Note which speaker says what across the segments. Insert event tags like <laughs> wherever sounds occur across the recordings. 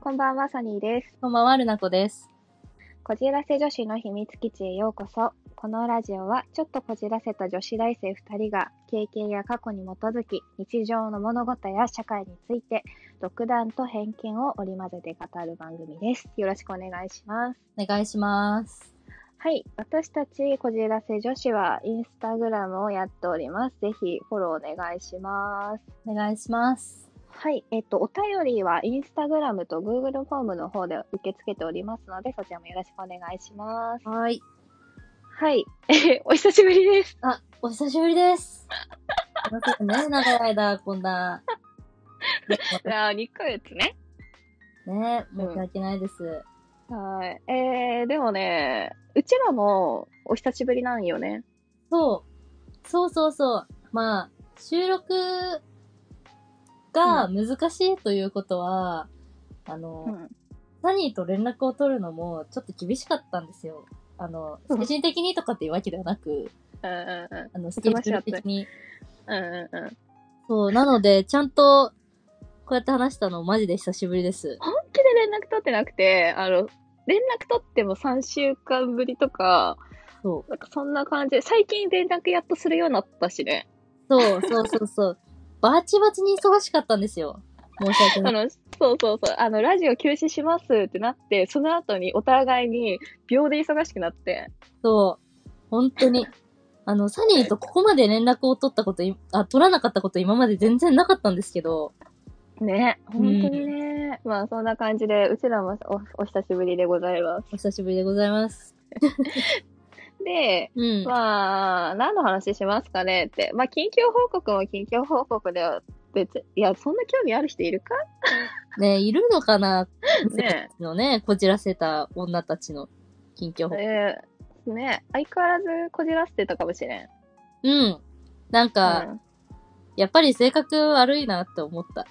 Speaker 1: こんばんは、サニーです。
Speaker 2: こんばんは、るなこです。
Speaker 1: こじらせ女子の秘密基地へようこそ。このラジオは、ちょっとこじらせた女子大生2人が、経験や過去に基づき、日常の物事や社会について、独断と偏見を織り交ぜて語る番組です。よろしくお願いします。
Speaker 2: お願いします。
Speaker 1: はい、私たちこじらせ女子は、インスタグラムをやっております。ぜひ、フォローお願いします。
Speaker 2: お願いします。
Speaker 1: はい、えっと、お便りはインスタグラムと Google フォームの方で受け付けておりますので、そちらもよろしくお願いします。
Speaker 2: はい。
Speaker 1: はい、 <laughs> お久しぶりです。
Speaker 2: あ、お久しぶり
Speaker 1: <laughs>
Speaker 2: です。すいませんね、長い間、こんな。
Speaker 1: あ、2ヶ月ね。
Speaker 2: ね、申し訳ないです。
Speaker 1: はい。えー、でもね、うちらもお久しぶりなんよね。
Speaker 2: そう。そうそうそう。まあ、収録が難しいということは、あの、
Speaker 1: うん。
Speaker 2: サニーと連絡を取るのもちょっと厳しかったんですよ。あの、
Speaker 1: うん
Speaker 2: 精神的にとかっていうわけではなく、
Speaker 1: うんう
Speaker 2: あの、スケジュール的に。
Speaker 1: んうん。うんうんうん。
Speaker 2: そう、なので、ちゃんと、こうやって話したのマジで久しぶりです。
Speaker 1: 本気で連絡取ってなくて、あの、連絡取っても3週間ぶりとか、
Speaker 2: そう。
Speaker 1: なんかそんな感じで、最近連絡やっとするようになったしね。
Speaker 2: そうそうそうそう。バチバチに忙しかったんですよ。申し訳な
Speaker 1: あ
Speaker 2: い。
Speaker 1: の、そうそうそう、あの、ラジオ休止しますってなって、その後にお互いに秒で忙しくなって、
Speaker 2: そう。本当に。あの、サニーとここまで連絡を取ったことい、あ、取らなかったこと今まで全然なかったんですけど、
Speaker 1: ね、本当にね。まあ、そんな感じで、うちらもおお久しぶりでございます。
Speaker 2: お久しぶりでございます。
Speaker 1: で、
Speaker 2: うん。
Speaker 1: まあ、何の話しますかねって。まあ、近況報告も近況報告で、別、いや、そんな興味ある人いるか
Speaker 2: ねいるのかな
Speaker 1: ね
Speaker 2: のね、こじらせた女たちの近況報告。
Speaker 1: えーね、相変わらずこじらせてたかもしれん。
Speaker 2: うん。なんか、
Speaker 1: うん
Speaker 2: やっぱり性格悪いなって思った。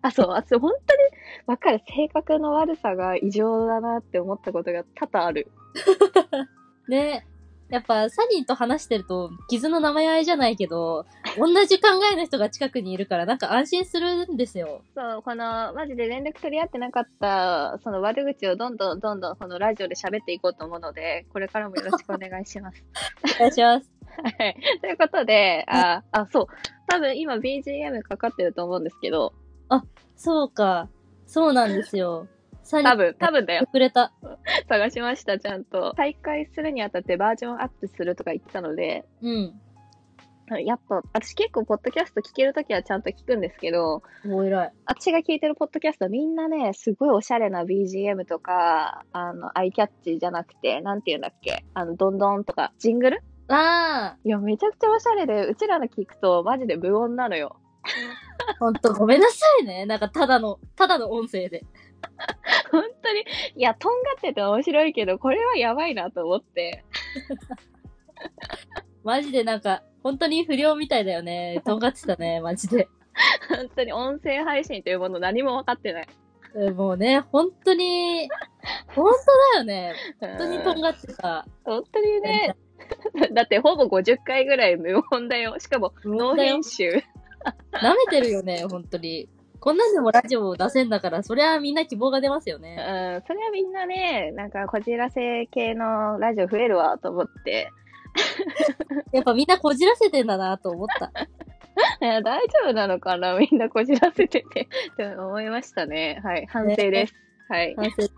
Speaker 1: あ、そう、あ、そう、本当に、わかる。性格の悪さが異常だなって思ったことが多々ある。
Speaker 2: ねやっぱサニーと話してると傷の名前合いじゃないけど、同じ考えの人が近くにいるからなんか安心するんですよ。
Speaker 1: そう、この、マジで連絡取り合ってなかった、その悪口をどんどんどんどん、このラジオで喋っていこうと思うので、これからもよろしくお願いします。
Speaker 2: お願いします。
Speaker 1: はい。ということで、あ、あ、そう。多分今 BGM かかってると思うんですけど、
Speaker 2: そうか。そうなんですよ。サニ
Speaker 1: 多
Speaker 2: ー
Speaker 1: 分、多分だよ。
Speaker 2: くれた。
Speaker 1: 探しました、ちゃんと。再開するにあたってバージョンアップするとか言ってたので、
Speaker 2: うん。
Speaker 1: やっぱ、私結構ポッドキャスト聞けるときはちゃんと聞くんですけど、
Speaker 2: お偉い。
Speaker 1: 私が聞いてるポッドキャストはみんなね、すごいおしゃれな BGM とか、あの、アイキャッチじゃなくて、なんていうんだっけ、あの、どんどんとか、ジングル
Speaker 2: あ
Speaker 1: いや、めちゃくちゃおしゃれで、うちらの聞くとマジで無音なのよ。 <laughs>
Speaker 2: あ、ほんとごめんなさいね。なんかただの、ただの音声で。
Speaker 1: 本当に、いや、とんがってて面白いけど、これはやばいなと思って。
Speaker 2: マジでなんか、本当に不良みたいだよね。とんがってたね、マジで。
Speaker 1: 本当に音声配信というもの何も分かってない。
Speaker 2: うんもうね、本当に、本当だよね。
Speaker 1: 本
Speaker 2: 本当にとんがってた。
Speaker 1: 本当にね、 <laughs> だってほぼ50回ぐらい無音だよ。しかも、ノー編集。
Speaker 2: 舐めてるよね、本当に。こんなんでもラジオを出せんだから、そりゃみんな希望が出ますよ
Speaker 1: う
Speaker 2: ね。
Speaker 1: ん、それはみんなね、なんかこじらせ系のラジオ増えるわと思って、
Speaker 2: やっぱみんなこじらせてんだなと思った。
Speaker 1: いや大丈夫なのかな <laughs> みんなこじらせてて <laughs> って思いましたね。はい、反省です。はい。
Speaker 2: 反省です。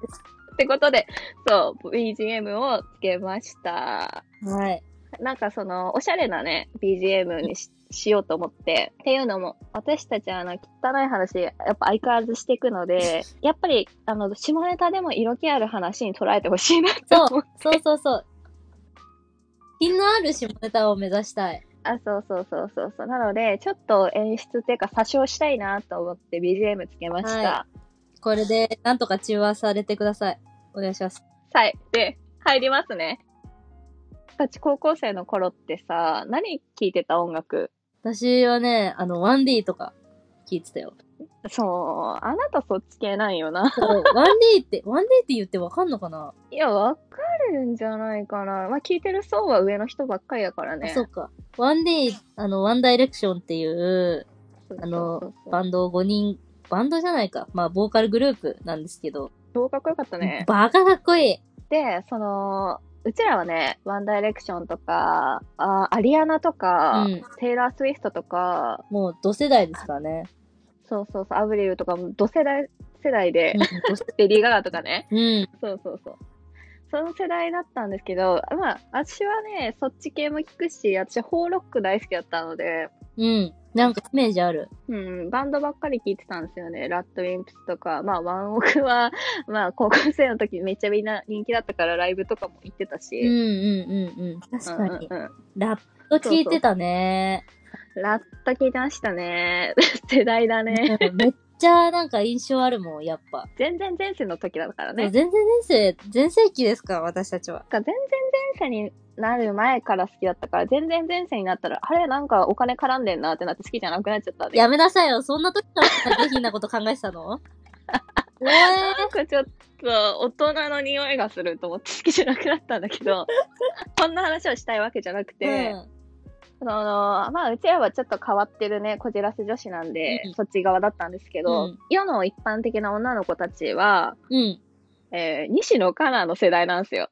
Speaker 1: ってことで、そう、BGM をつけました。
Speaker 2: はい。
Speaker 1: なんかその、おしゃれなね、BGM にししようと思って。っていうのも、私たちあの、汚い話、やっぱ相変わらずしていくの <laughs> で、やっぱり、あの、下ネタでも色気ある話に捉えてほしいなと思う。
Speaker 2: そうそうそう。品のある下ネタを目指したい。
Speaker 1: あ、そうそうそうそうそう。なので、ちょっと演出っていうか、詐称したいなと思って BGM つけました。
Speaker 2: これで、なんとか中和されてください。お願いします。
Speaker 1: はい。で、入りますね。私、高校生の頃ってさ、何聴いてた音楽
Speaker 2: 私はね、あの、ワンディとか聞いてたよ。
Speaker 1: そう、あなたそっち系ないよな。
Speaker 2: そう、ワンディって、ワンディって言ってわかんのかな、
Speaker 1: いや、わかるんじゃないかな。まあ、聞いてる層は上の人ばっかりだから
Speaker 2: あ
Speaker 1: ね。
Speaker 2: そうか。ワンディ、あの、ワンダイレクションっていう、
Speaker 1: そうそうそう
Speaker 2: あの、バンドを5人バンドじゃないか。まあ、ボーカルグループなんですけど。
Speaker 1: 超かっこよかったね。
Speaker 2: バカかっこいい。
Speaker 1: で、その、うちらはね、ワンダイレクションとか、あアリアナとか、
Speaker 2: うん
Speaker 1: テイラー・スウィフトとか、
Speaker 2: もう、同世代ですからね。
Speaker 1: そうそうそう、アブリルとかも、同世代、世代
Speaker 2: う
Speaker 1: で
Speaker 2: ん、ど
Speaker 1: レディー・ガガとかね。
Speaker 2: うん。
Speaker 1: そうそうそう。その世代だったんですけど、まあ、私はね、そっち系も聞くし、私、ホーロック大好きだったので、
Speaker 2: うん。なんかイメージある。
Speaker 1: うん、バンドばっかり聞いてたんですよね。ラッドウィンプスとか、まあ、ワンオクは、 <laughs> まあ、高校生の時めっちゃみんな人気だったから、ライブとかも行ってた
Speaker 2: うん
Speaker 1: し。
Speaker 2: うんうんうん。確かに。
Speaker 1: うんうんうん
Speaker 2: ラップ聞いてたね。
Speaker 1: ラッタ聞いてましたね。 <laughs> 世代だね。
Speaker 2: うんめっちゃなんか印象あるもん、やっぱ。
Speaker 1: 全然前世の時だからね。
Speaker 2: 全然前世、全盛期ですから、私たちは。
Speaker 1: なんか全然前世になる前から好きだったから、全然前世になったら、あれなんかお金絡んでんなってなって好きじゃなくなっちゃったね。
Speaker 2: やめなさいよ、そんな時から下品なこと考えてたのおえ
Speaker 1: なんかちょっと大人の匂いがすると思って好きじゃなくなったんだけ
Speaker 2: <laughs>
Speaker 1: ど、こんな話をしたいわけじゃなくて、
Speaker 2: うん
Speaker 1: そのまあ、うちらはちょっと変わってるね、こじらせ女子なんで、
Speaker 2: うん
Speaker 1: そっち側だったんですけど、
Speaker 2: うん
Speaker 1: 世の一般的な女の子たちは、
Speaker 2: うん。
Speaker 1: えー西野カナの世代なんですよ。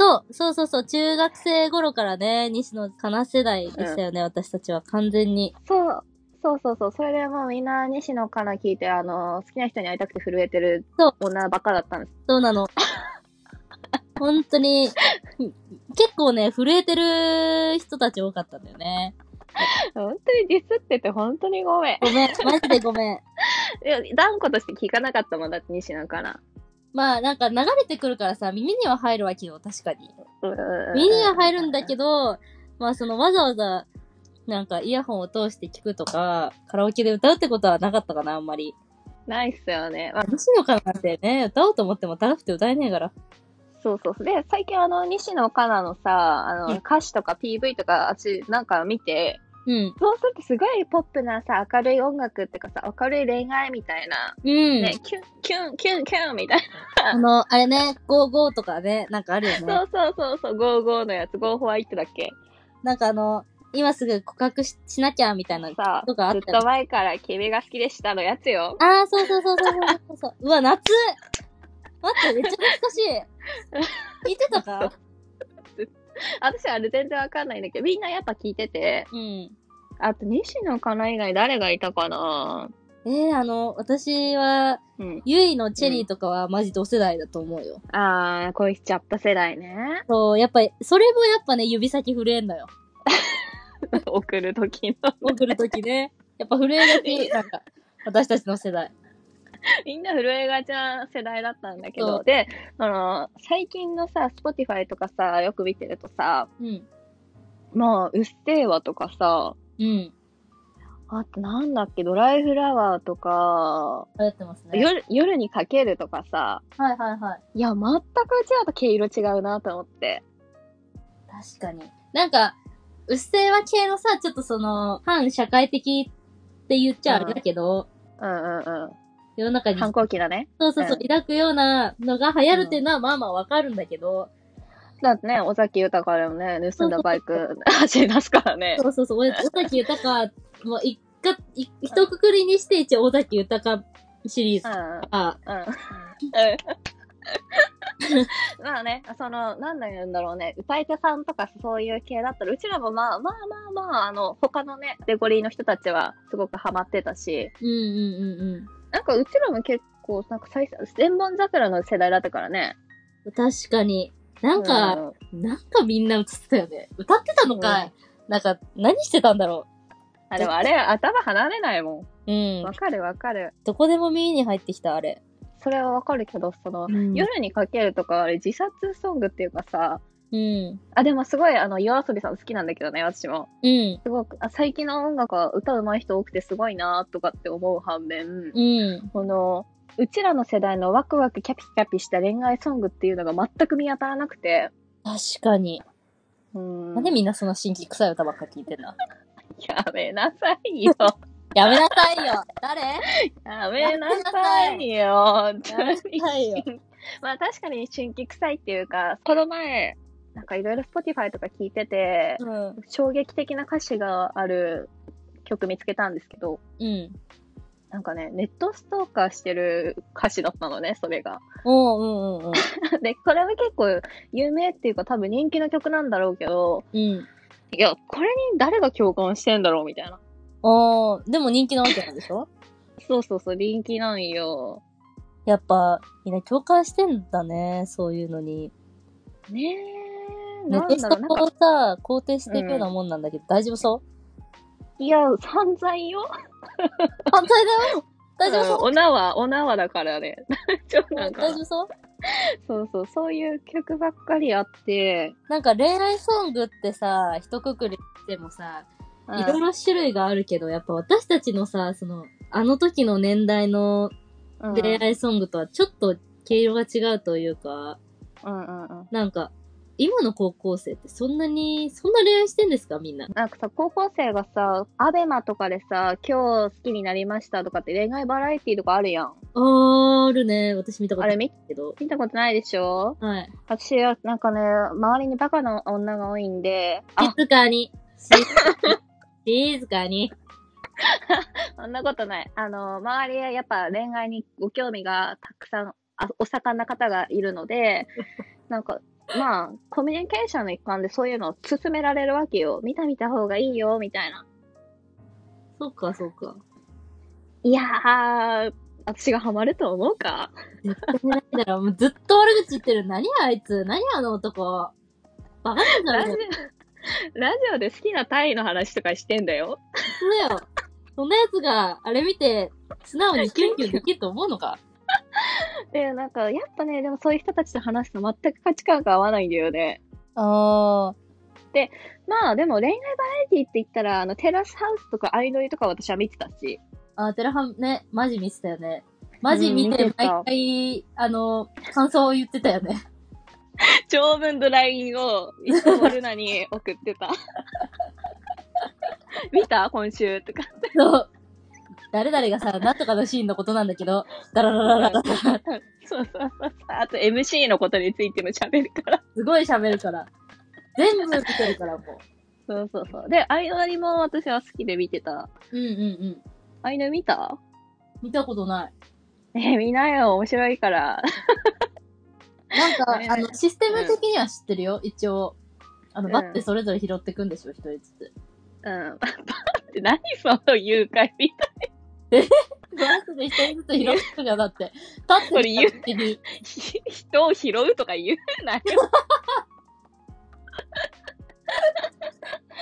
Speaker 2: そう、そうそうそう、中学生頃からね、西野かな世代でしたよね、私たちは完全に。
Speaker 1: そう、そうそうそう。それでもうみんな西野カナ聞いて、あの、好きな人に会いたくて震えてる
Speaker 2: そう
Speaker 1: 女ばっかだったんです。
Speaker 2: そうなの。 <laughs> 本当に、結構ね、震えてる人たち多かったんだよね。
Speaker 1: 本当にディスってて本当にごめん。
Speaker 2: ごめん、マジでごめん。
Speaker 1: いや断固として聞かなかったもんだって西野カナ。
Speaker 2: まあ、なんか流れてくるからさ、耳には入るわけよ、確かに。耳
Speaker 1: 耳
Speaker 2: には入るんだ
Speaker 1: ど。
Speaker 2: けど、まあ、そのわざわざ、なんかイヤホンを通して聞くとか、カラオケで歌うってことはなかったかな、あんまり。
Speaker 1: ないっすよね。まあ
Speaker 2: 西野かなってね、歌おうと思っても高くて歌えねえから。
Speaker 1: そうそうそう。で、最近あの、西野カナのさ、あ
Speaker 2: う
Speaker 1: の、
Speaker 2: ん
Speaker 1: 歌詞とか PV とか、私なんか見て、
Speaker 2: うん。
Speaker 1: そうするとすごいポップなさ、明るい音楽っていうかさ、明るい恋愛みたいな、
Speaker 2: うん。
Speaker 1: ね、キュン、キュン、キュン、キュンみたい
Speaker 2: あの、あれね、ゴーゴーとかね、なんかあるよ
Speaker 1: な。
Speaker 2: ね。
Speaker 1: そうそうそうそう、ゴーゴーのやつ、ゴーホワイトだっけ
Speaker 2: なんかあの、今すぐ告白ししなきゃみたいな。あ
Speaker 1: さあ、
Speaker 2: とかあった
Speaker 1: ず
Speaker 2: よ
Speaker 1: っと前から君が好きでしたのやつよ。
Speaker 2: あー、そうそうそうそうそうそうそう。うわ、夏待って、めっちゃ懐かしい。聞いてたか
Speaker 1: 私あれ全然わかんないんだけど、みんなやっぱ聞いてて、
Speaker 2: うん。
Speaker 1: あと西野カナ以外誰がいたかな
Speaker 2: えー、あの、私は、
Speaker 1: うん。
Speaker 2: ゆいのチェリーとかはマジ同世代だと思うよ。
Speaker 1: あー、恋しちゃった世代ね。
Speaker 2: そう、やっぱり、それもやっぱね、指先震えんのよ。
Speaker 1: <laughs> 送る時の。
Speaker 2: 送るときね。やっぱ震えがち、なんか、私たちの世代。
Speaker 1: みんな震えがちな世代だったんだけ
Speaker 2: そ
Speaker 1: ど、で、あの、最近のさ、Spotify とかさ、よく見てるとさ、
Speaker 2: うん。
Speaker 1: まあ、うっせぇわとかさ、
Speaker 2: うん。
Speaker 1: あとなんだっけ、ドライフラワーとか、
Speaker 2: 流行ってますね。
Speaker 1: 夜夜にかけるとかさ、
Speaker 2: はいはいはい。
Speaker 1: いや、全くうちらと毛色違うなと思って。
Speaker 2: 確かに。なんか、うっせぇわ系のさ、ちょっとその、反社会的って言っちゃあれだけど、
Speaker 1: うんうんうん。
Speaker 2: 世の中に、そ
Speaker 1: 反
Speaker 2: う
Speaker 1: 抗期だね。
Speaker 2: そうそう、
Speaker 1: うん
Speaker 2: 抱くようなのが流行るっていうのは、まあまあわかるんだけど、
Speaker 1: だってね、尾崎豊からもね、盗んだバイ
Speaker 2: そう
Speaker 1: ク走り出すからね。
Speaker 2: そうそうそう、俺、尾崎豊、もう一か、一一括りにして一応尾崎豊シリー
Speaker 1: う
Speaker 2: ズ
Speaker 1: ん。
Speaker 2: あ、
Speaker 1: うん。まあね、その、なんだ言うんだろうね、歌い手さんとかそういう系だったら、うちらもまあまあまあまあ、あの、他のね、カテゴリーの人たちはすごくハマってたし、
Speaker 2: うんうんうんうん。
Speaker 1: なんかうちらも結構、なんか最初、千本桜の世代だったからね。
Speaker 2: 確かに。なんか、
Speaker 1: う
Speaker 2: なんかみんな映ってたよね。歌ってたのかい、なんか、何してたんだろ
Speaker 1: あ、でもあれ、頭離れないも
Speaker 2: う。うん
Speaker 1: ん。わ。かるわかる。
Speaker 2: どこでも耳に入ってきた、あれ。
Speaker 1: それはわかるけど、その、
Speaker 2: うん
Speaker 1: 夜にかけるとか、あれ自殺ソングっていうかさ、
Speaker 2: うん。
Speaker 1: あ、でもすごい、あの、夜遊びさん好きなんだけどね、私も。
Speaker 2: うん。
Speaker 1: すごく、あ最近の音楽は歌うまい人多くてすごいなとかって思う反面、
Speaker 2: うん。
Speaker 1: この、うちらの世代のワクワクキャピキャピした恋愛ソングっていうのが全く見当たらなくて、
Speaker 2: 確かに。
Speaker 1: うーん。
Speaker 2: なんでみんなそんな新規臭い歌ばっか聞いてんだ
Speaker 1: やめなさい
Speaker 2: <laughs>
Speaker 1: よ。
Speaker 2: やめなさいよ誰
Speaker 1: やめなさいよ。本当
Speaker 2: やめな
Speaker 1: に
Speaker 2: さいよ。
Speaker 1: まあ確かに春季臭いっていうか、この前、なんかいろいろ Spotify とか聞いてて、
Speaker 2: うん。
Speaker 1: 衝撃的な歌詞がある曲見つけたんですけど、
Speaker 2: うん。
Speaker 1: なんかね、ネットストーカーしてる歌詞だったのね、それが。 <laughs>
Speaker 2: おう、うんうんうん。
Speaker 1: で、これは結構有名っていうか多分人気の曲なんだろうけど、
Speaker 2: うん。
Speaker 1: いや、これに誰が共感してんだろうみたいな。
Speaker 2: おーでも人気なわけなんでしょ
Speaker 1: そうそうそう、人気なんよ。
Speaker 2: やっぱ、みんな共感してんだね、そういうのに。
Speaker 1: ねえ、
Speaker 2: ネ
Speaker 1: な
Speaker 2: ッ
Speaker 1: ん
Speaker 2: ト
Speaker 1: だろ
Speaker 2: スト
Speaker 1: う、なん
Speaker 2: を
Speaker 1: か、
Speaker 2: さ、肯定していくようなもんなんだけど、大丈夫そう
Speaker 1: いや、散々よ。
Speaker 2: 反対だよ大丈夫
Speaker 1: うん
Speaker 2: そ
Speaker 1: <laughs> お縄、お縄だからね。 <laughs> 大丈
Speaker 2: う
Speaker 1: 夫なんかな
Speaker 2: 大丈夫そう
Speaker 1: そうそう、そういう曲ばっかりあって、
Speaker 2: なんか恋愛ソングってさ、一括りでもさ、
Speaker 1: うん
Speaker 2: いろいろ種類があるけど、やっぱ私たちのさ、その、あの時の年代の
Speaker 1: うん
Speaker 2: 恋愛ソングとはちょっと毛色が違うというか、
Speaker 1: うんうんうん。
Speaker 2: なんか、今の高校生ってそんなに、そんな恋愛してんですかみんな。
Speaker 1: なんかさ、高校生がさ、アベマとかでさ、今日好きになりましたとかって恋愛バラエティとかあるやん。
Speaker 2: あるね。私見たこ
Speaker 1: あ
Speaker 2: とな
Speaker 1: れ
Speaker 2: い
Speaker 1: 見
Speaker 2: けど。
Speaker 1: 見たことないでしょ
Speaker 2: はい。
Speaker 1: 私はなんかね、周りにバカな女が多いんで、あ、
Speaker 2: 静かに。静かに静かに。
Speaker 1: そんなことない。あの、周りはやっぱ恋愛にご興味がたくさん、あお盛んな方がいるので、なんか、まあ、コミュニケーションの一環でそういうのを勧められるわけよ。見た見た方がいいよ、みたいな。
Speaker 2: そうか、そうか。
Speaker 1: いやー、私がハマると思うか
Speaker 2: 絶対ないだろ。もうずっと悪口言ってる。何あいつ何あの男。バカなんだ
Speaker 1: ラジ
Speaker 2: ろ。
Speaker 1: オ、ラジオで好きなタイの話とかしてんだよ。
Speaker 2: そうだよ。そんな奴が、あれ見て、素直にキュンキュンできると思うのか
Speaker 1: で、なんか、やっぱね、でもそういう人たちと話すと全く価値観が合わないんだよね。
Speaker 2: あ
Speaker 1: まあ、でも恋愛バラエティって言ったら、あの、テラスハウスとかアイドリとか私は見てたし。
Speaker 2: あ。あ、テラハンね、マジ見てたよね。マジ見
Speaker 1: うん見
Speaker 2: て
Speaker 1: て、た
Speaker 2: 毎回、あの、感想を言ってたよね。
Speaker 1: 長文の LINE を、いつもルナに送って <laughs> た。見た今週 <laughs> とか。
Speaker 2: そう。誰々がさ、なんとかのシーンのことなんだけど、ダラララララ
Speaker 1: そうそうそうそう。あと MC のことについても喋るから。
Speaker 2: すごい喋るから。全部見てるから、も
Speaker 1: そうそうそう。で、アイドリも私は好きで見てた。
Speaker 2: う。うんうんうん。
Speaker 1: アイドリ見た
Speaker 2: 見たことない。
Speaker 1: えー、見なよ、面白いから。
Speaker 2: なんか、
Speaker 1: ね
Speaker 2: あの、システム的には知ってるよ、一応。あの、
Speaker 1: うん
Speaker 2: バッてそれぞれ拾ってくんでしょ、一人ずつ。
Speaker 1: うん。 <laughs> パって何その誘拐みたい
Speaker 2: バッてで一人ずつ拾ってくんじゃんだって。立ってる時に、
Speaker 1: な。ひ人を拾うとか言うなよ。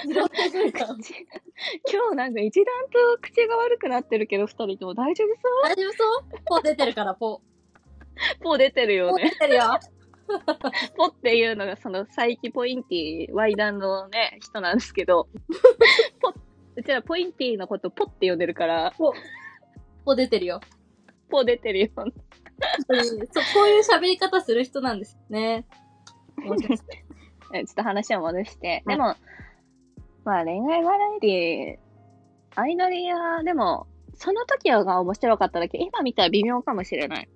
Speaker 2: 拾ってくるから。
Speaker 1: 今日なんか一段と口が悪くなってるけど、二人とも大丈夫そ
Speaker 2: 大丈夫そうポ出てるから、ポ。
Speaker 1: うポー出てるよ
Speaker 2: ポ出 <laughs>
Speaker 1: ね。
Speaker 2: てるよ。
Speaker 1: ポっていうのがその最近ポインティ、ワイダンのね、人なんですけど。ポうちらポインティのことポって呼んでるから、
Speaker 2: ポ出てるよ。
Speaker 1: ポー出てるよね。
Speaker 2: そう、こういう喋り方する人なんです
Speaker 1: <laughs>
Speaker 2: ね。面白い
Speaker 1: えちょっと話を戻して。でも、まあ恋愛バラエティ、アイドリは、でも、その時はが面白かっただけ、今見たら微妙かもしれない。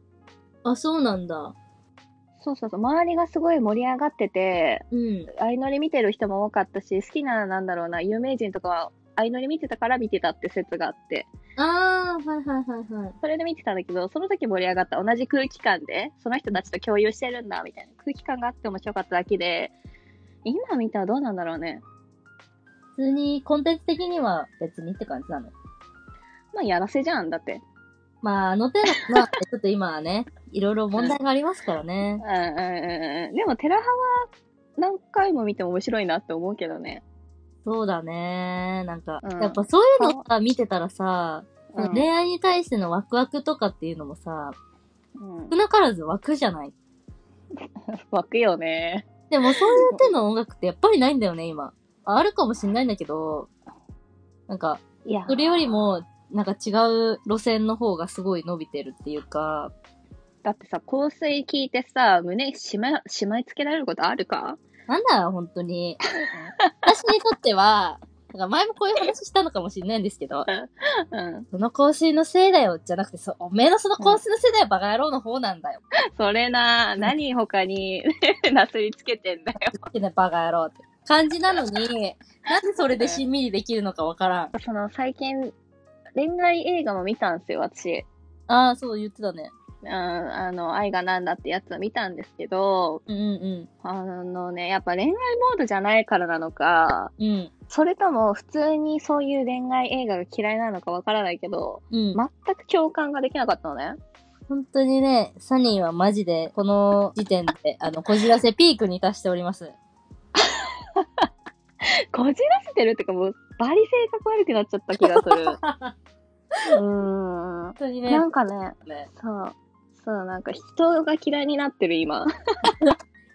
Speaker 2: あ、そうなんだ。
Speaker 1: そうそうそう、周りがすごい盛り上がってて、
Speaker 2: うん。
Speaker 1: アイドリ見てる人も多かったし、好きな、なんだろうな、有名人とかは、アイドリ見てたから見てたって説があって、
Speaker 2: あー、はいはいはいはい。
Speaker 1: それで見てたんだけど、その時盛り上がった同じ空気感で、その人たちと共有してるんだ、みたいな空気感があって面白かっただけで、今見たらどうなんだろうね。
Speaker 2: 普通にコンテンツ的には別にって感じなの。
Speaker 1: まあ、やらせじゃん、だって。
Speaker 2: まあ、あ
Speaker 1: <laughs>
Speaker 2: の手の、まあ、ちょっと今はね、いろいろ問題がありますからね
Speaker 1: う。んうんうんうんでも、テラハは何回も見ても面白いなって思うけどね。
Speaker 2: そうだね。なんか、
Speaker 1: うん
Speaker 2: やっぱそういうのさ、見てたらさ、
Speaker 1: うん
Speaker 2: 恋愛に対してのワクワクとかっていうのもさ、
Speaker 1: うん
Speaker 2: 少、なからず湧くじゃない。
Speaker 1: 湧くよね。
Speaker 2: でもそういう手の音楽ってやっぱりないんだよね、今。ああるかもしんないんだけど、なんか、
Speaker 1: いや
Speaker 2: それよりも、なんか違う路線の方がすごい伸びてるっていうか、
Speaker 1: だってさ、香水聞いてさ、胸しま、しまいつけられることあるか
Speaker 2: なんだよ、本当に。私にとっては、なんか前もこういう話したのかもしんないんですけど、
Speaker 1: うん。
Speaker 2: その香水のせいだよ、じゃなくて、そおめえのその香水のせいだよ、バカ野郎の方なんだよ。
Speaker 1: それな、何他に <laughs> なすりつけてんだよ。
Speaker 2: ってね、バカ野郎って感じなのに、なんでそれでしんみりできるのかわからん。
Speaker 1: その最近、恋愛映画も見たんですよ、私。
Speaker 2: ああ、そう言ってたね。
Speaker 1: うん、あの、愛がなんだってやつは見たんですけど、
Speaker 2: うんう
Speaker 1: あのね、やっぱ恋愛モードじゃないからなのか、
Speaker 2: んうん。うん。
Speaker 1: それとも普通にそういう恋愛映画が嫌いなのかわからないけど、
Speaker 2: うん。
Speaker 1: 全く共感ができなかったのね。
Speaker 2: 本当にね、サニーはマジで、この時点で、あの、こじらせピークに達しております。
Speaker 1: こじらせてるってかもう、バリ性格悪くなっちゃった気がする。うー
Speaker 2: <laughs>
Speaker 1: ん。
Speaker 2: 本当にね、
Speaker 1: なんかね、
Speaker 2: ね
Speaker 1: そう。そう、なんか人が嫌いになってる今。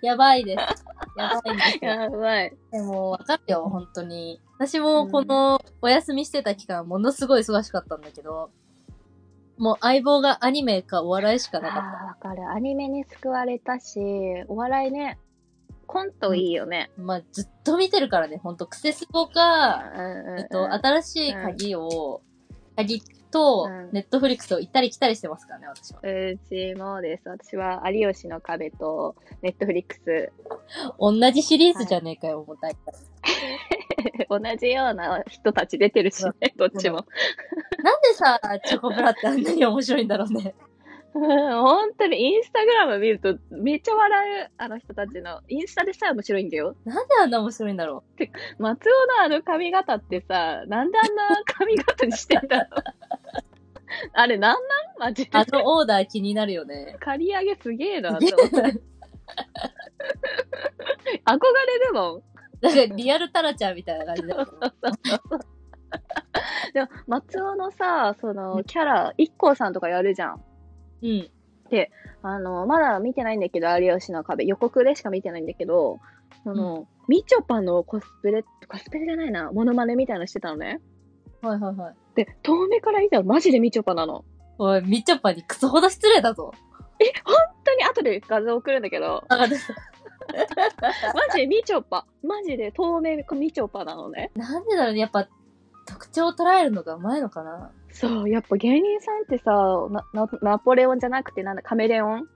Speaker 2: やばい <laughs> です。 <laughs> やばいんですよ。
Speaker 1: やばい。
Speaker 2: でも、わかるよ、本当に。私も、この、お休みしてた期間、ものすごい忙しかったんだけど、もう相棒がアニメかお笑いしかなかっ
Speaker 1: ああ、わかる。アニメに救われたし、お笑いね、コントいいよね。
Speaker 2: た。まあ、ずっと見てるからね、ほんと、クセスゴか、
Speaker 1: うんうん
Speaker 2: えっと、
Speaker 1: うん
Speaker 2: 新しい鍵を、鍵と
Speaker 1: うん、
Speaker 2: ネットフリックスを行ったり来たりしてますからね、私は。
Speaker 1: うちもです。私は、有吉の壁と、ネットフリックス、
Speaker 2: 同じシリーズじゃねえかよ、重たい。
Speaker 1: <laughs> 同じような人たち出てるしね、どっちも。
Speaker 2: なんでさ、チョコプラってあんなに面白いんだろうね。
Speaker 1: うん本当に、インスタグラム見ると、めっちゃ笑う、あの人たちの。インスタでさえ面白いんだよ。
Speaker 2: なんであんな面白いんだろ
Speaker 1: 松尾のあの髪型ってさ、なんであんな髪型にしてんだろう。 <laughs> あれ、なんなんマジ
Speaker 2: う。あ
Speaker 1: で。
Speaker 2: のオーダー気になるよね。
Speaker 1: 刈り上げすげえな、と思って。 <laughs> 憧れるもん。
Speaker 2: なんかリアルタラちゃんみたいな感じだよね
Speaker 1: <laughs> でも、松尾のさ、その、キャラ、一 k さんとかやるじゃん。
Speaker 2: うん。
Speaker 1: あの、まだ見てないんだけど、有吉の壁、予告でしか見てないんだけど、その、みちょぱのコスプレ、コスプレじゃないな、モノマネみたいなのしてたのね。
Speaker 2: はいはいはい。
Speaker 1: で、遠目から見たらマジでみちょぱなの。
Speaker 2: おい、みちょぱにクソほど失礼だぞ。
Speaker 1: 本当に後で画像送るんだけど、
Speaker 2: わかる。
Speaker 1: マジでみちょぱ、マジで透明みちょぱなのね。
Speaker 2: なんでだろうね、やっぱ、特徴を捉えるのがうまいのかな。
Speaker 1: そう、やっぱ芸人さんってさ、ななナポレオンじゃなくてなんだ、カメレオン
Speaker 2: うん。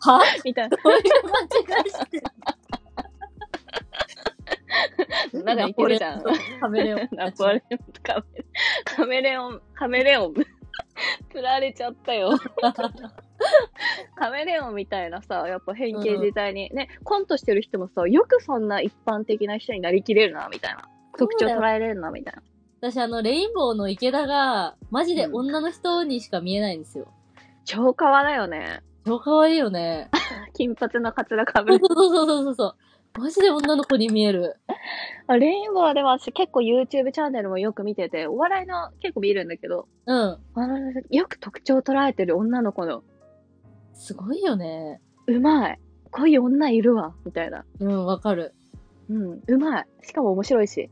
Speaker 2: は
Speaker 1: みたい
Speaker 2: どういう間違いしてる
Speaker 1: <laughs> な、なんかいけるじゃん。。
Speaker 2: カメレオン。
Speaker 1: <laughs> ナポレオン、カメカメレオン、カメレオン、 <laughs> 釣られちゃったよ。カメレオンみたいなさ、やっぱ変形自在に、ね、コントしてる人もさ、よくそんな一般的な人になりきれるな、みたいな。特徴捉えれるな、みたいな。
Speaker 2: 私、あの、レインボーの池田が、マジで女の人にしか見えないんですよ。
Speaker 1: 超可愛いよね。
Speaker 2: 超可愛いよね。
Speaker 1: 金髪のカツラかぶ
Speaker 2: そう
Speaker 1: る。
Speaker 2: <laughs> そうそうそうそうそう。マジで女の子に見える。
Speaker 1: あレインボーでも私結構 YouTube チャンネルもよく見てて、お笑いの結構見るんだけど、
Speaker 2: うん。
Speaker 1: あの、よく特徴捉えてる女の子の、
Speaker 2: すごいよね。
Speaker 1: うまい。こういう女いるわ、みたいな。
Speaker 2: うん、わかる。
Speaker 1: うん、うまい。しかも面白いし。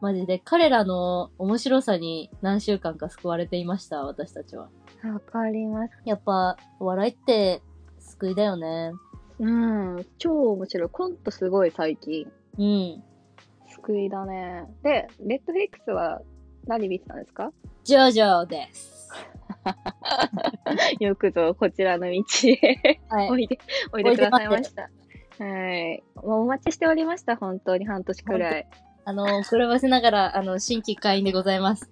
Speaker 2: マジで、彼らの面白さに何週間か救われていました、私たちは。
Speaker 1: わかります。
Speaker 2: やっぱ、お笑いって、救いだよね。
Speaker 1: うん、超面白い。コントすごい最近。
Speaker 2: うん。
Speaker 1: 救いだね。で、ネットフリックスは何見てたんですか
Speaker 2: ジョジョです。
Speaker 1: <laughs> よくぞこちらの道へ
Speaker 2: は
Speaker 1: お
Speaker 2: い。
Speaker 1: いで、おいでくださいました。はい。もうお待ちしておりました、本当に半年くらい。
Speaker 2: あの、遅ればせながら、あの、新規会員でございます。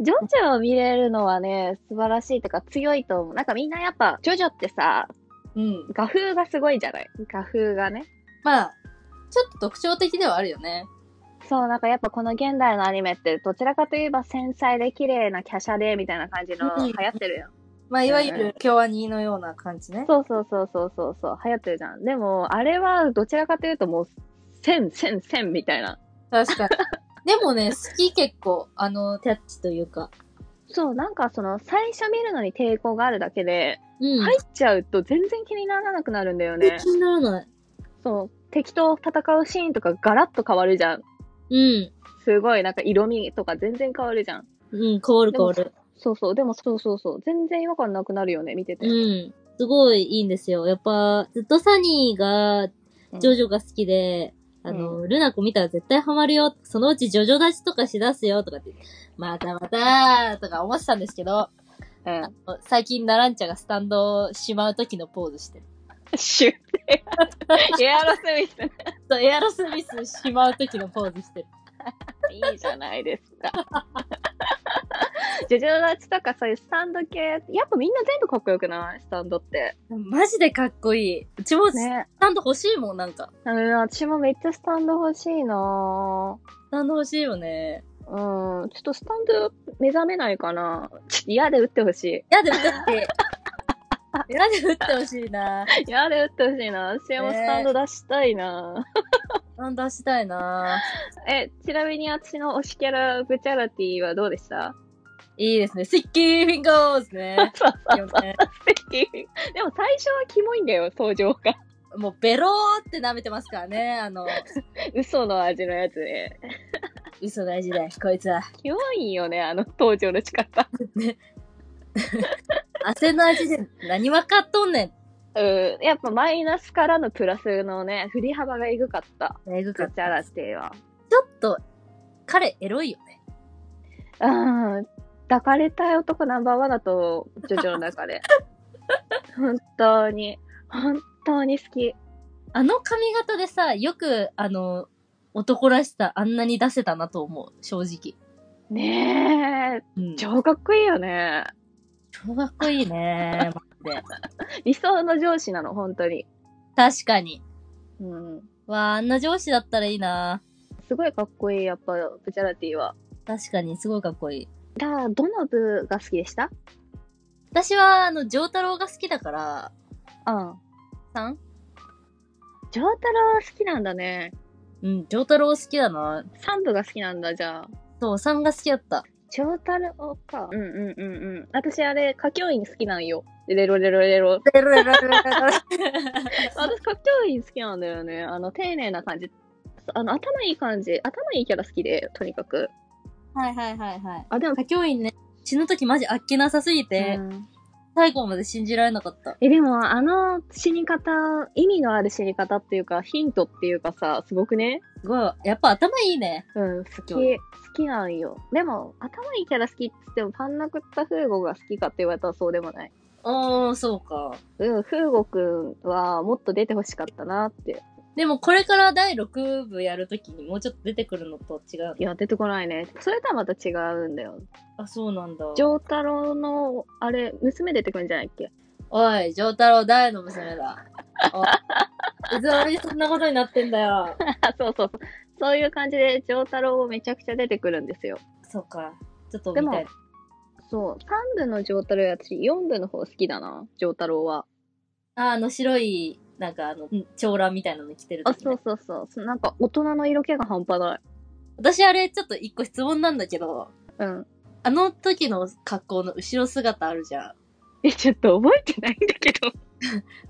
Speaker 1: ジョジョを見れるのはね、素晴らしいとか強いと思う。なんかみんなやっぱ、ジョジョってさ、
Speaker 2: うん。
Speaker 1: 画風がすごいじゃない画風がね。
Speaker 2: まあ、ちょっと特徴的ではあるよね。
Speaker 1: そう、なんかやっぱこの現代のアニメって、どちらかといえば繊細で綺麗な華奢で、みたいな感じの
Speaker 2: うん
Speaker 1: 流行ってるよ。
Speaker 2: まあ、いわゆ
Speaker 1: うんう
Speaker 2: る、京アニのような感じね。
Speaker 1: そうそうそうそうそうそう、流行ってるじゃん。でも、あれはどちらかというともう、線、線、線みたいな。<laughs>
Speaker 2: 確かに。でもね、好き結構、あの、キャッチというか。
Speaker 1: そう、なんかその、最初見るのに抵抗があるだけで、
Speaker 2: うん。
Speaker 1: 入っちゃうと全然気にならなくなるんだよね
Speaker 2: 気。にならない。
Speaker 1: そう、敵と戦うシーンとかガラッと変わるじゃん。
Speaker 2: うん。
Speaker 1: すごい、なんか色味とか全然変わるじゃん。
Speaker 2: うん、コールコール。
Speaker 1: そうそう、でもそうそうそう、全然違和感なくなるよね、見てて。
Speaker 2: うん。すごいいいんですよ。やっぱ、ずっとサニーが、ジョ
Speaker 1: ジ
Speaker 2: ジョが好きで、あの、ルナ子見たら絶対ハマるよ。そのうちジョジョ立ちとかしだすよ、とかって。またまたとか思ってたんですけど、
Speaker 1: ョ。うん。
Speaker 2: 最近ナランチャがスタンドをしまう時のポーズしてる。
Speaker 1: シュエアロスミス。
Speaker 2: そうエアロスミスしまう時のポーズしてる。
Speaker 1: いいじゃないですか。ジョジョ立ちとかそういうスタンド系、やっぱみんな全部かっこよくないスタンドって。
Speaker 2: マジでかっこいい。うちもス
Speaker 1: ね。
Speaker 2: タンド欲しいもん、なんか。
Speaker 1: うん、私もめっちゃスタンド欲しいなぁ
Speaker 2: スタンド欲しいよね。
Speaker 1: うん、ちょっとスタンド目覚めないかなちょっと嫌で打ってほしい。
Speaker 2: やで打って。 <laughs> やで打ってほしいな。
Speaker 1: 嫌で打ってほしいな私もスタンド出したいな
Speaker 2: スタンドしたいな。
Speaker 1: え、ちなみに私の推しキャラ、ブチャラティはどうでした。
Speaker 2: いいですね。スティッキーフィンガーズね
Speaker 1: そう
Speaker 2: いい
Speaker 1: そ
Speaker 2: よ
Speaker 1: うそう。
Speaker 2: ね
Speaker 1: でも最初はキモいんだよ、登場が。
Speaker 2: もうベローって舐めてますからね。あの、
Speaker 1: 嘘の味のやつで。
Speaker 2: 嘘大事だよ、こいつは。
Speaker 1: キモいよね、あの登場の仕方。
Speaker 2: 汗の味で何分かっとんね
Speaker 1: うん、やっぱマイナスからのプラスのね、振り幅がエグかった。
Speaker 2: ん。えぐ
Speaker 1: ブ
Speaker 2: か
Speaker 1: チャラティは。
Speaker 2: ちょっと、彼、エロいよね。
Speaker 1: うん。抱かれたい男ナンバーワンだと、ジョジョの中 <laughs> で。本当に、本当に好き。
Speaker 2: あの髪型でさ、よく、あの、男らしさあんなに出せたなと思う、正直。
Speaker 1: ねえ、
Speaker 2: うん。
Speaker 1: 超かっこいいよね。
Speaker 2: 超かっこいいね。 <laughs> マジで。
Speaker 1: 理想の上司なの、本当に。
Speaker 2: 確かに。
Speaker 1: うん。
Speaker 2: わあ、あんな上司だったらいいな。
Speaker 1: すごいかっこいい、やっぱ、ブチャラティは。
Speaker 2: 確かに、すごいかっこいい。
Speaker 1: だから、どの部が好きでした
Speaker 2: 私は、あの、ジョータロウが好きだから、
Speaker 1: うん。
Speaker 2: さん
Speaker 1: ジョータロウ好きなんだね。
Speaker 2: うん、ジョータロウ好きだな。
Speaker 1: 三部が好きなんだ、じゃあ。
Speaker 2: そう、さんが好き
Speaker 1: <laughs>
Speaker 2: だった。
Speaker 1: ジョータロウか。うんうんうんうん。私、あれ、歌教員好きなんよ。レロレロレロ。
Speaker 2: レロレロレロレロ
Speaker 1: 私、かっ教員好きなんだよね。あの、丁寧な感じ。あの、頭いい感じ。頭いいキャラ好きで、とにかく。
Speaker 2: はいはいはいはい。
Speaker 1: あ、でも、
Speaker 2: 歌教員ね、死ぬ時マジあっけなさすぎて、
Speaker 1: うん
Speaker 2: 最後まで信じられなかった。
Speaker 1: え、でも、あの死に方、意味のある死に方っていうか、ヒントっていうかさ、すごくね
Speaker 2: すごい。やっぱ頭いいね。
Speaker 1: うん、好き。好きなんよ。でも、頭いいキャラ好きって言っても、パンナクッタフーゴが好きかって言われたらそうでもない。
Speaker 2: おー、そうか。
Speaker 1: うん、フーゴくんはもっと出てほしかったなって。
Speaker 2: でもこれから第6部やるときにもうちょっと出てくるのと違う。
Speaker 1: いや、出てこないね。それとはまた違うんだよ。
Speaker 2: あ、そうなんだ。
Speaker 1: ジョータロウの、あれ、娘出てくるんじゃないっけ <laughs>
Speaker 2: おい、ジョータロウ誰の娘だおい、いつの間にそんなことになってん
Speaker 1: <laughs>
Speaker 2: だよ。
Speaker 1: あ、そうそうそう。そういう感じで、ジョータロウめちゃくちゃ出てくるんですよ。
Speaker 2: そうか。ちょっと
Speaker 1: で
Speaker 2: 見
Speaker 1: も
Speaker 2: たい。
Speaker 1: そう。3部のジョータロウより私、4部の方好きだな、ジョータロウは。
Speaker 2: あ、あの白い、なんかあの、ん長蘭みたいなの着てる
Speaker 1: あ、
Speaker 2: 時、
Speaker 1: そ
Speaker 2: ね
Speaker 1: う。そうそう。そなんか、大人の色気が半端ない。
Speaker 2: 私あれちょっと一個質問なんだけど、
Speaker 1: うん。
Speaker 2: あの時の格好の後ろ姿あるじゃん。
Speaker 1: え、ちょっと覚えてないんだけ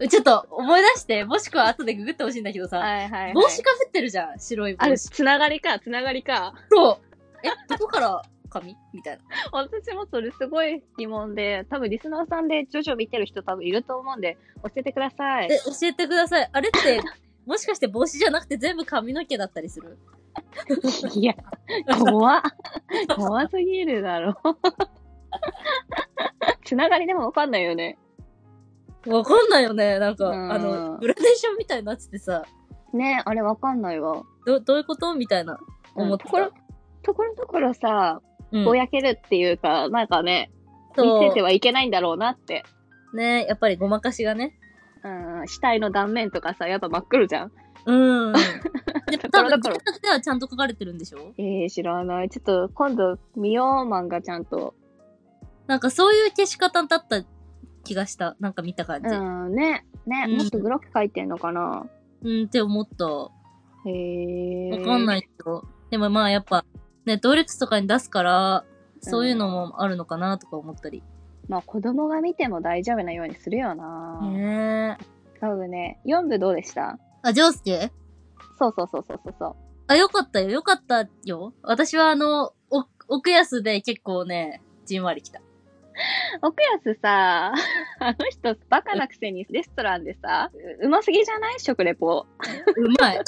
Speaker 1: ど。
Speaker 2: ちょっと思い出して、もしくは後でググってほしいんだけどさ、
Speaker 1: はいはい、はい。
Speaker 2: 帽子かぶってるじゃん、白い
Speaker 1: あ
Speaker 2: 帽
Speaker 1: れ、
Speaker 2: 子。
Speaker 1: つながりか、つながりか。
Speaker 2: そう。え、どこから髪みたいな。
Speaker 1: 私もそれすごい疑問で、多分リスナーさんでジョジョ見てる人多分いると思うんで、教えてください
Speaker 2: え。、教えてください。あ
Speaker 1: <laughs>
Speaker 2: れって、もしかして帽子じゃなくて全部髪の毛だったりする
Speaker 1: <laughs> いや、怖っ。怖すぎるだろ。 <laughs> つながりでもわかんないよね。
Speaker 2: わかんないよね。なんか、
Speaker 1: うん
Speaker 2: あの、グラデーションみたいになっててさ、
Speaker 1: ねあれわかんないわ。
Speaker 2: ど、どういうことみたいな。
Speaker 1: う
Speaker 2: 思
Speaker 1: ん
Speaker 2: っ
Speaker 1: と
Speaker 2: て
Speaker 1: ころ
Speaker 2: た。、
Speaker 1: ところどころさ、
Speaker 2: うん
Speaker 1: ぼやけるっていうか、なんかね、見せ
Speaker 2: そ
Speaker 1: てはいけないんだろうなって。
Speaker 2: う。ねやっぱりごまかしがね。
Speaker 1: うん、死体の断面とかさ、やっぱ真っ黒じゃん。
Speaker 2: うん。
Speaker 1: <laughs>
Speaker 2: で、
Speaker 1: とこ
Speaker 2: 多
Speaker 1: ろど
Speaker 2: 分、
Speaker 1: ころ
Speaker 2: 大学ではちゃんと書かれてるんでしょ
Speaker 1: えー、知らない。ちょっと今度見よう、漫画ちゃんと。
Speaker 2: なんかそういう消し方だった気がした。なんか見た感じ。うん、
Speaker 1: うん、ね、ね、
Speaker 2: うん
Speaker 1: もっとグロく書いてんのかな。
Speaker 2: って思った。わ
Speaker 1: へえ。。
Speaker 2: かんないいけど。でもまあやっぱ、ネットフリックスとかに出すから、そういうのもあるのかなとか思ったり。
Speaker 1: まあ子供が見ても大丈夫なようにするよな。
Speaker 2: ねえ。
Speaker 1: 多分ね、4部どうでした
Speaker 2: あ、ジョースケ
Speaker 1: そうそうそうそうそうそう。
Speaker 2: あ、よかったよ、よかったよ。私はあの、お、奥安で結構ね、じんわり来た。
Speaker 1: 奥安さ、 <laughs> あの人バカなくせにレストランでさ、ううますぎじゃない食レポ。
Speaker 2: うまい。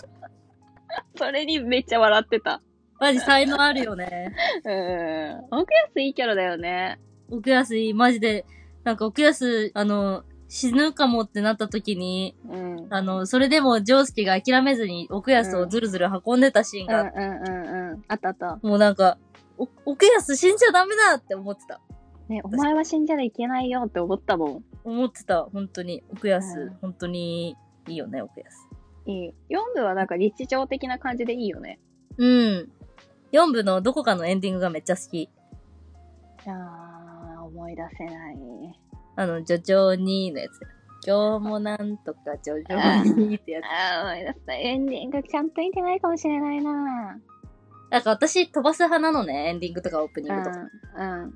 Speaker 1: それにめっちゃ笑ってた。
Speaker 2: マジ才能あるよね。
Speaker 1: うん。奥安いいキャラだよね。
Speaker 2: 奥安、マジで、なんか奥安、あの、死ぬかもってなった時に、
Speaker 1: うん。うん
Speaker 2: あの、それでもジョウスケが諦めずに奥安をずるずる運んでたシーン
Speaker 1: う
Speaker 2: が、
Speaker 1: んうんうん。あったあった。
Speaker 2: もうなんか、お奥安死んじゃダメだって思ってた。
Speaker 1: ね、お前は死んじゃいけないよって思ったも
Speaker 2: 思ってた、本当に。奥安、
Speaker 1: うん
Speaker 2: 本当にいいよね、奥安。
Speaker 1: ん。いい。4部はなんか日常的な感じでいいよね。
Speaker 2: うん。4部のどこかのエンディングがめっちゃ好き。
Speaker 1: あー、思い出せない。
Speaker 2: あの、ジョジョニーのやつ。今日もなんとかジョジョニーってやつ。
Speaker 1: あー、思い出せない。エンディングちゃんと見てないかもしれないな
Speaker 2: なんか私飛ばす派なのね、エンディングとかオープニングとか。
Speaker 1: うん。うん。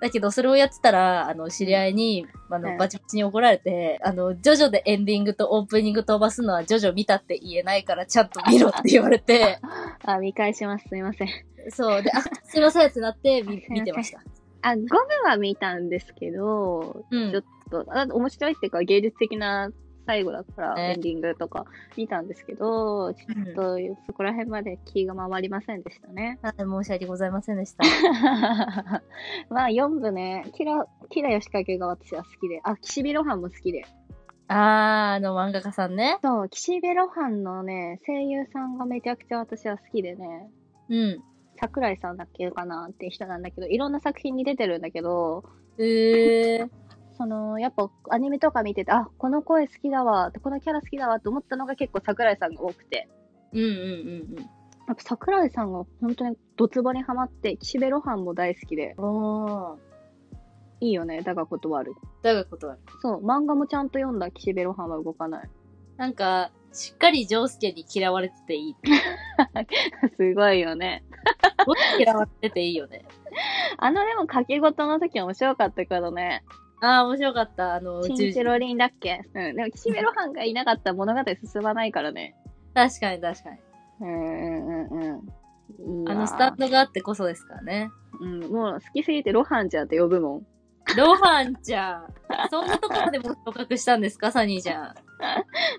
Speaker 2: だけど、それをやってたら、あの、知り合いに、あ
Speaker 1: う
Speaker 2: の、
Speaker 1: ん
Speaker 2: バチバチに怒られて、あの、ジョジョでエンディングとオープニング飛ばすのは、ジョジョ見たって言えないから、ちゃんと見ろって言われて、
Speaker 1: <laughs> あ、見返します。すいません。
Speaker 2: そう、で、あ、すいませんってなって、
Speaker 1: <laughs>
Speaker 2: み見てました。
Speaker 1: あ、5部は見たんですけど、
Speaker 2: う
Speaker 1: ちょっ
Speaker 2: ん。
Speaker 1: と、あ面白いっていうか芸術的な最後だから、
Speaker 2: ね
Speaker 1: エンディングとか見たんですけど、ちょっとそこら辺まで気が回りませんでした
Speaker 2: <laughs>
Speaker 1: ね。
Speaker 2: はい申し訳ございませんでした。
Speaker 1: まあ4部ね、キラ、キラヨシカゲが私は好きで、あ、岸辺露伴も好きで。
Speaker 2: あー、あの、漫画家さんね。
Speaker 1: そう、岸辺露伴のね、声優さんがめちゃくちゃ私は好きでね、
Speaker 2: うん。
Speaker 1: 桜井さんだっけかなって人なんだけど、いろんな作品に出てるんだけど、
Speaker 2: えー、
Speaker 1: そのやっぱアニメとか見ててあこの声好きだわこのキャラ好きだわと思ったのが結構桜井さんが多くて
Speaker 2: うんうんうん
Speaker 1: やっぱ桜井さんが本当にドツボにはまって岸辺露伴も大好きで
Speaker 2: うん。おー。
Speaker 1: いいよねだが断る
Speaker 2: だが断る。
Speaker 1: そう漫画もちゃんと読んだ岸辺露伴は動かない <laughs>
Speaker 2: なんか、しっかりジョウスケに嫌われてていい。
Speaker 1: すごいよね
Speaker 2: 僕嫌われてていいよね。
Speaker 1: あのでも掛け事の時面白かったけどね
Speaker 2: あー、面白かった。あの、
Speaker 1: チ
Speaker 2: 宇宙
Speaker 1: ンチ
Speaker 2: 人。
Speaker 1: ロリンだっけうんでも岸辺露伴がいなかったら物語進まないからね
Speaker 2: 確かに確かに。
Speaker 1: うんうんうんうんいいわ
Speaker 2: あのスタンドがあってこそですからね。
Speaker 1: うん、もう好きすぎて露伴ちゃんって呼ぶもん
Speaker 2: ロハンちゃん。そんなところでも昇格したんですか、サニーちゃ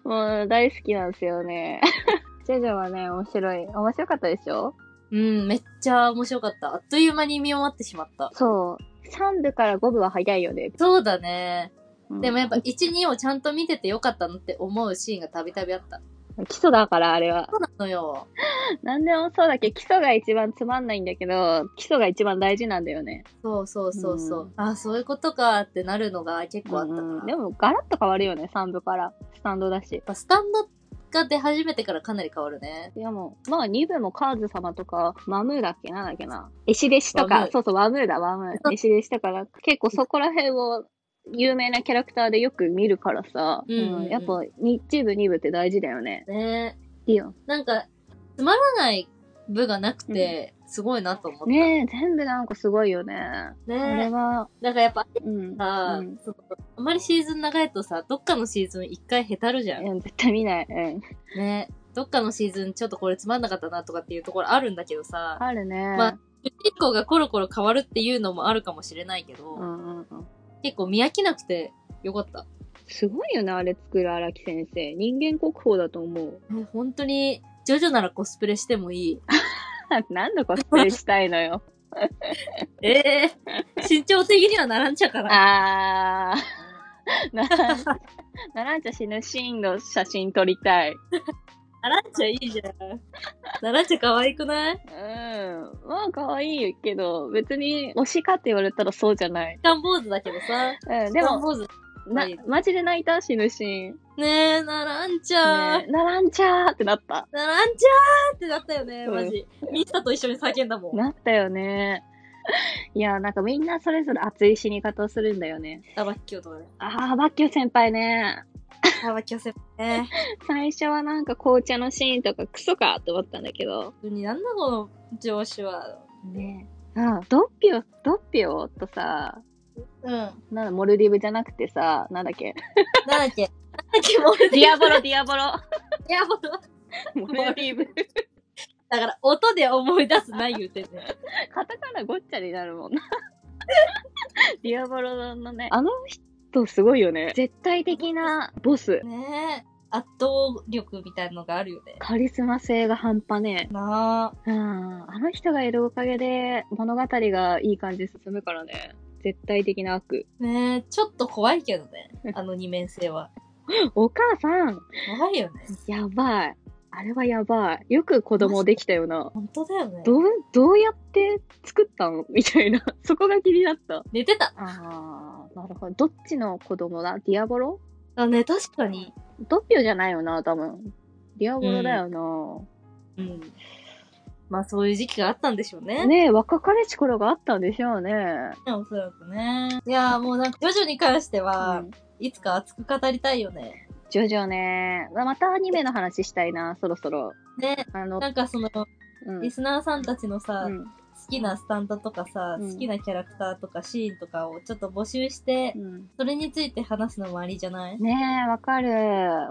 Speaker 2: ん。
Speaker 1: もう大好きなんですよね。 <laughs> ジェジョはね、面白い。面白かったでしょ
Speaker 2: うん、めっちゃ面白かった。あっという間に見終わってしまった。
Speaker 1: そう。3部から5部は早いよね。
Speaker 2: そうだね。
Speaker 1: うん
Speaker 2: でもやっぱ、1、2をちゃんと見ててよかったのって思うシーンがたびたびあった。
Speaker 1: 基礎だから、あれは。
Speaker 2: そうなのよ。
Speaker 1: なんでもそうだけど、基礎が一番つまんないんだけど、基礎が一番大事なんだよね。
Speaker 2: そうそうそうそう。
Speaker 1: うん
Speaker 2: あ、そういうことかってなるのが結構あったから。
Speaker 1: うん
Speaker 2: や
Speaker 1: で
Speaker 2: っ
Speaker 1: も、ガラッと変わるよね、3部から。スタンドだし。
Speaker 2: ぱスタンドが出始めてからかなり変わるね。
Speaker 1: いやもう、まあ2部もカーズ様とか、マムーだっけなんだっけな。エシ弟子と
Speaker 2: マム
Speaker 1: か、
Speaker 2: ー
Speaker 1: そうそう、マムーだ、マムー。エシ弟子とか、なんか結構そこら辺を有名なキャラクターでよく見るからさ、
Speaker 2: うんうんうん
Speaker 1: やっぱ1部、2部って大事だよね。
Speaker 2: ね
Speaker 1: いいよ。
Speaker 2: なんか、つまらない部がなくて、すごいなと思った。
Speaker 1: ねえ、
Speaker 2: ね
Speaker 1: 全部なんかすごいよね。これは、
Speaker 2: なんかやっぱ、
Speaker 1: うん。
Speaker 2: さ、
Speaker 1: うん
Speaker 2: そのあまりシーズン長いとさ、どっかのシーズン一回へたるじゃ
Speaker 1: い
Speaker 2: ん。
Speaker 1: や絶対見ない。うん。
Speaker 2: ね。どっかのシーズンちょっとこれつまんなかったなとかっていうところあるんだけどさ、
Speaker 1: あるね。
Speaker 2: まあ主人公がコロコロ変わるっていうのもあるかもしれないけど、
Speaker 1: うんうんうん。
Speaker 2: 結構見飽きなくてよかった。
Speaker 1: すごいよね、あれ作る荒木先生。人間国宝だと思う。 <laughs>
Speaker 2: ね本当に、ジョジョならコスプレしてもいい。
Speaker 1: 何のコスプレしたいのよ。
Speaker 2: ええ <laughs> 身長的にはならんちゃうから。
Speaker 1: あー。ならん、ならんちゃ死ぬシーンの写真撮りたい。
Speaker 2: ならんちゃいいじゃん。ならんちゃ可愛くない
Speaker 1: うん。まあ、可愛いけど、別に推しかって言われたらそうじゃない。
Speaker 2: ガン坊主だけどさ。
Speaker 1: うん。で
Speaker 2: ガン
Speaker 1: も、
Speaker 2: 坊主。
Speaker 1: な、マジで泣いた死ぬシーン。ね
Speaker 2: ねえ、ならんちゃ
Speaker 1: えならんちゃーってなった。
Speaker 2: ならんちゃーってなったよね、
Speaker 1: うん
Speaker 2: マジ。ミスタと一緒に叫んだもん。
Speaker 1: なったよね。いや、なんかみんなそれぞれ熱い死に方をするんだよね。
Speaker 2: タバッキョとかね。
Speaker 1: あー、バッキュ先輩ね。
Speaker 2: タバッキョ先輩ね。
Speaker 1: 最初はなんか紅茶のシーンとかクソかって思ったんだけど。
Speaker 2: 普通になんだこの上司は。
Speaker 1: ねあ、ドッピオ、ドッピオとさ、
Speaker 2: うん。なん
Speaker 1: なんだ、モルディブじゃなくてさ、なんだっけ。
Speaker 2: だっけ。なんだっけ、モルデ
Speaker 1: デ
Speaker 2: ィ
Speaker 1: ィ
Speaker 2: <laughs>
Speaker 1: アボロ、ディアボロ。
Speaker 2: ブ。いや、もう
Speaker 1: <laughs> モルディブ。
Speaker 2: だから音で思い出すない言うてんね。
Speaker 1: カタカナごっちゃになるもんな。ディアボロのね。あの人すごいよね。絶対的なボス。
Speaker 2: ねえ。圧倒力みたいのがあるよね。
Speaker 1: カリスマ性が半端ねえ。
Speaker 2: なあ。
Speaker 1: うんあの人がいるおかげで物語がいい感じに進むからね。絶対的な悪。
Speaker 2: ねえ、ちょっと怖いけどね。あの二面性は。
Speaker 1: お母さん
Speaker 2: 怖いよね。
Speaker 1: やばい。あれはやばい。よく子供できたよな。
Speaker 2: 本当だよね。
Speaker 1: どう、どうやって作ったの <laughs> みたいな。そこが気になった。
Speaker 2: 寝てた。
Speaker 1: あー、なるほど。どっちの子供だディアボロ
Speaker 2: あ、ね、確かに。
Speaker 1: ドッピオじゃないよな、多分。ディアボロだよな。
Speaker 2: うん。まあそういう時期があったんでしょうね。
Speaker 1: ねえ、若かりし頃があったんでしょうね。
Speaker 2: おそらくね。いやーもうなんか、ジョジョに関しては、
Speaker 1: うん
Speaker 2: いつか熱く語りたいよね。
Speaker 1: ジョジョね。またアニメの話したいな、そろそろ。
Speaker 2: ね、
Speaker 1: あの、
Speaker 2: なんかその、
Speaker 1: うん。
Speaker 2: リスナーさんたちのさ、
Speaker 1: うん
Speaker 2: 好きなスタンドとかさ、
Speaker 1: うん
Speaker 2: 好きなキャラクターとかシーンとかをちょっと募集して、
Speaker 1: うん
Speaker 2: それについて話すのもありじゃない
Speaker 1: ねえ、わかる。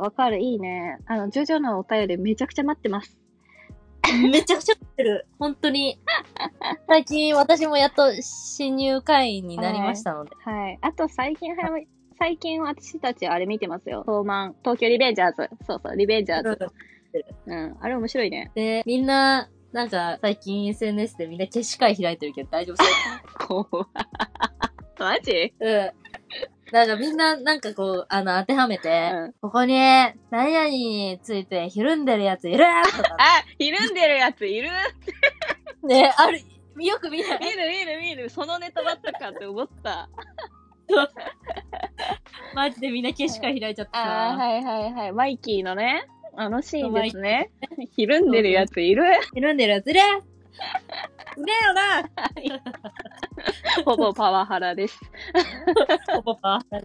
Speaker 1: わかる。いいね。あの、ジョジョのお便りめちゃくちゃ待ってます。
Speaker 2: めちゃくちゃ持ってる。本当に。最近私もやっと新入会員になりましたので。
Speaker 1: はい。あと、最近は、最近私たちあれ見てますよ。東マン、東京リベンジャーズ。そうそう、リベンジャーズ。うん。あれ面白いね。
Speaker 2: で、みんな、なんか最近 SNS でみんな消し会開いてるけど大丈夫そう
Speaker 1: 怖 <laughs> マジ
Speaker 2: うん。なんかみんな、なんかこう、あの、当てはめ
Speaker 1: う
Speaker 2: て、
Speaker 1: ん。
Speaker 2: ここに、何々についてひるんでるやついるとか、
Speaker 1: あ、ひるんでるやついる
Speaker 2: ね、ある、よく見ない。
Speaker 1: 見る見る見る。そのネタだったかって思った。
Speaker 2: マジでみんな景色開いちゃった。
Speaker 1: あー、はいはいはい。マイキーのね。あのシーンですね。ひるん
Speaker 2: ん
Speaker 1: で
Speaker 2: で
Speaker 1: る
Speaker 2: る
Speaker 1: や
Speaker 2: や
Speaker 1: ついる
Speaker 2: ひるんでるやついるいねえよな
Speaker 1: ほぼパワハラです。
Speaker 2: ポポパー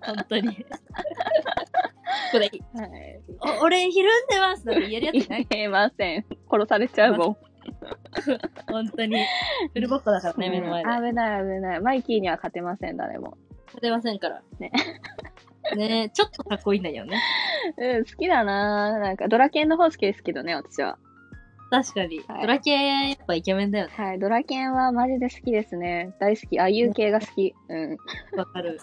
Speaker 2: 本当に。これ、
Speaker 1: はい。
Speaker 2: お俺ひるんでますなんて言えるやついない。
Speaker 1: 言えません。殺されちゃうもん。
Speaker 2: 本当に。フルボッコだからね、目の前で。
Speaker 1: 危ない危ない。マイキーには勝てません、誰も。
Speaker 2: 勝てませんから。
Speaker 1: ね。
Speaker 2: ねえ、ちょっとかっこいいんだけどね。
Speaker 1: うん、好きだななんか、ドラケンの方好きですけどね、私は。
Speaker 2: 確かに。
Speaker 1: はい
Speaker 2: ドラケン、やっぱイケメンだよね。
Speaker 1: はい、ドラケンはマジで好きですね。大好き。ああいう系が好き。うん。
Speaker 2: わかる。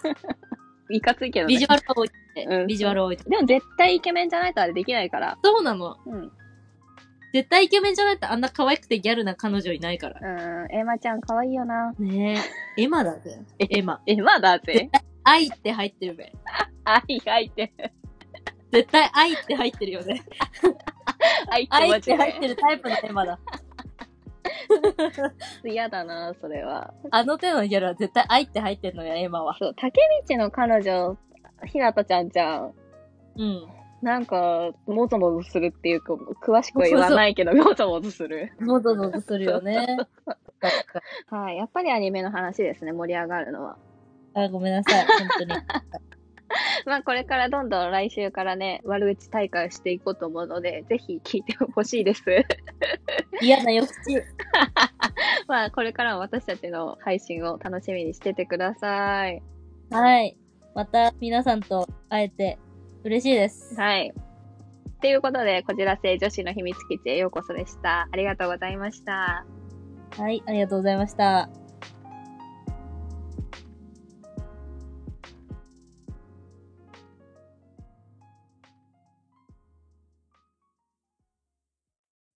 Speaker 1: いかついけど
Speaker 2: ビジ
Speaker 1: ね。
Speaker 2: ュアルは置いて
Speaker 1: う、ん
Speaker 2: ビジュアルは置いて。
Speaker 1: でも絶対イケメンじゃないとあれできないから。
Speaker 2: そうなの。
Speaker 1: うん。うん。
Speaker 2: 絶対イケメンじゃないとあんな可愛くてギャルな彼女いないから。
Speaker 1: エマちゃん可愛いよな。
Speaker 2: ねえ。エマだぜ。エマ。
Speaker 1: エマだぜ。
Speaker 2: 愛って入ってるべ。
Speaker 1: 愛がいて。
Speaker 2: 絶対愛って入ってるよね。
Speaker 1: 愛って
Speaker 2: 愛
Speaker 1: マ
Speaker 2: っ
Speaker 1: ジ
Speaker 2: て入っ
Speaker 1: で。
Speaker 2: てるタイプのエマだ。
Speaker 1: 嫌だなそれは。
Speaker 2: あの手のギャルは絶対愛って入ってるのよ、エマは。
Speaker 1: そう、竹道の彼女、ひなたちゃんじゃん。
Speaker 2: うん。
Speaker 1: なんか、もぞもぞするっていうか、詳しくは言わないけど、もぞもぞする。
Speaker 2: もぞもぞするよね。
Speaker 1: はい、やっぱりアニメの話ですね、盛り上がるのは。
Speaker 2: あ、ごめんなさい、本当に。
Speaker 1: まあ、これからどんどん来週からね、悪口大会をしていこうと思うので、ぜひ聞いてほしいです。 <laughs>
Speaker 2: 嫌な予口。
Speaker 1: まあ、これからも私たちの配信を楽しみにしててください。
Speaker 2: はい。また皆さんと会えて嬉しいです。
Speaker 1: はい。ということで、こちら性女子の秘密基地へようこそでした。ありがとうございました。
Speaker 2: はい、ありがとうございました。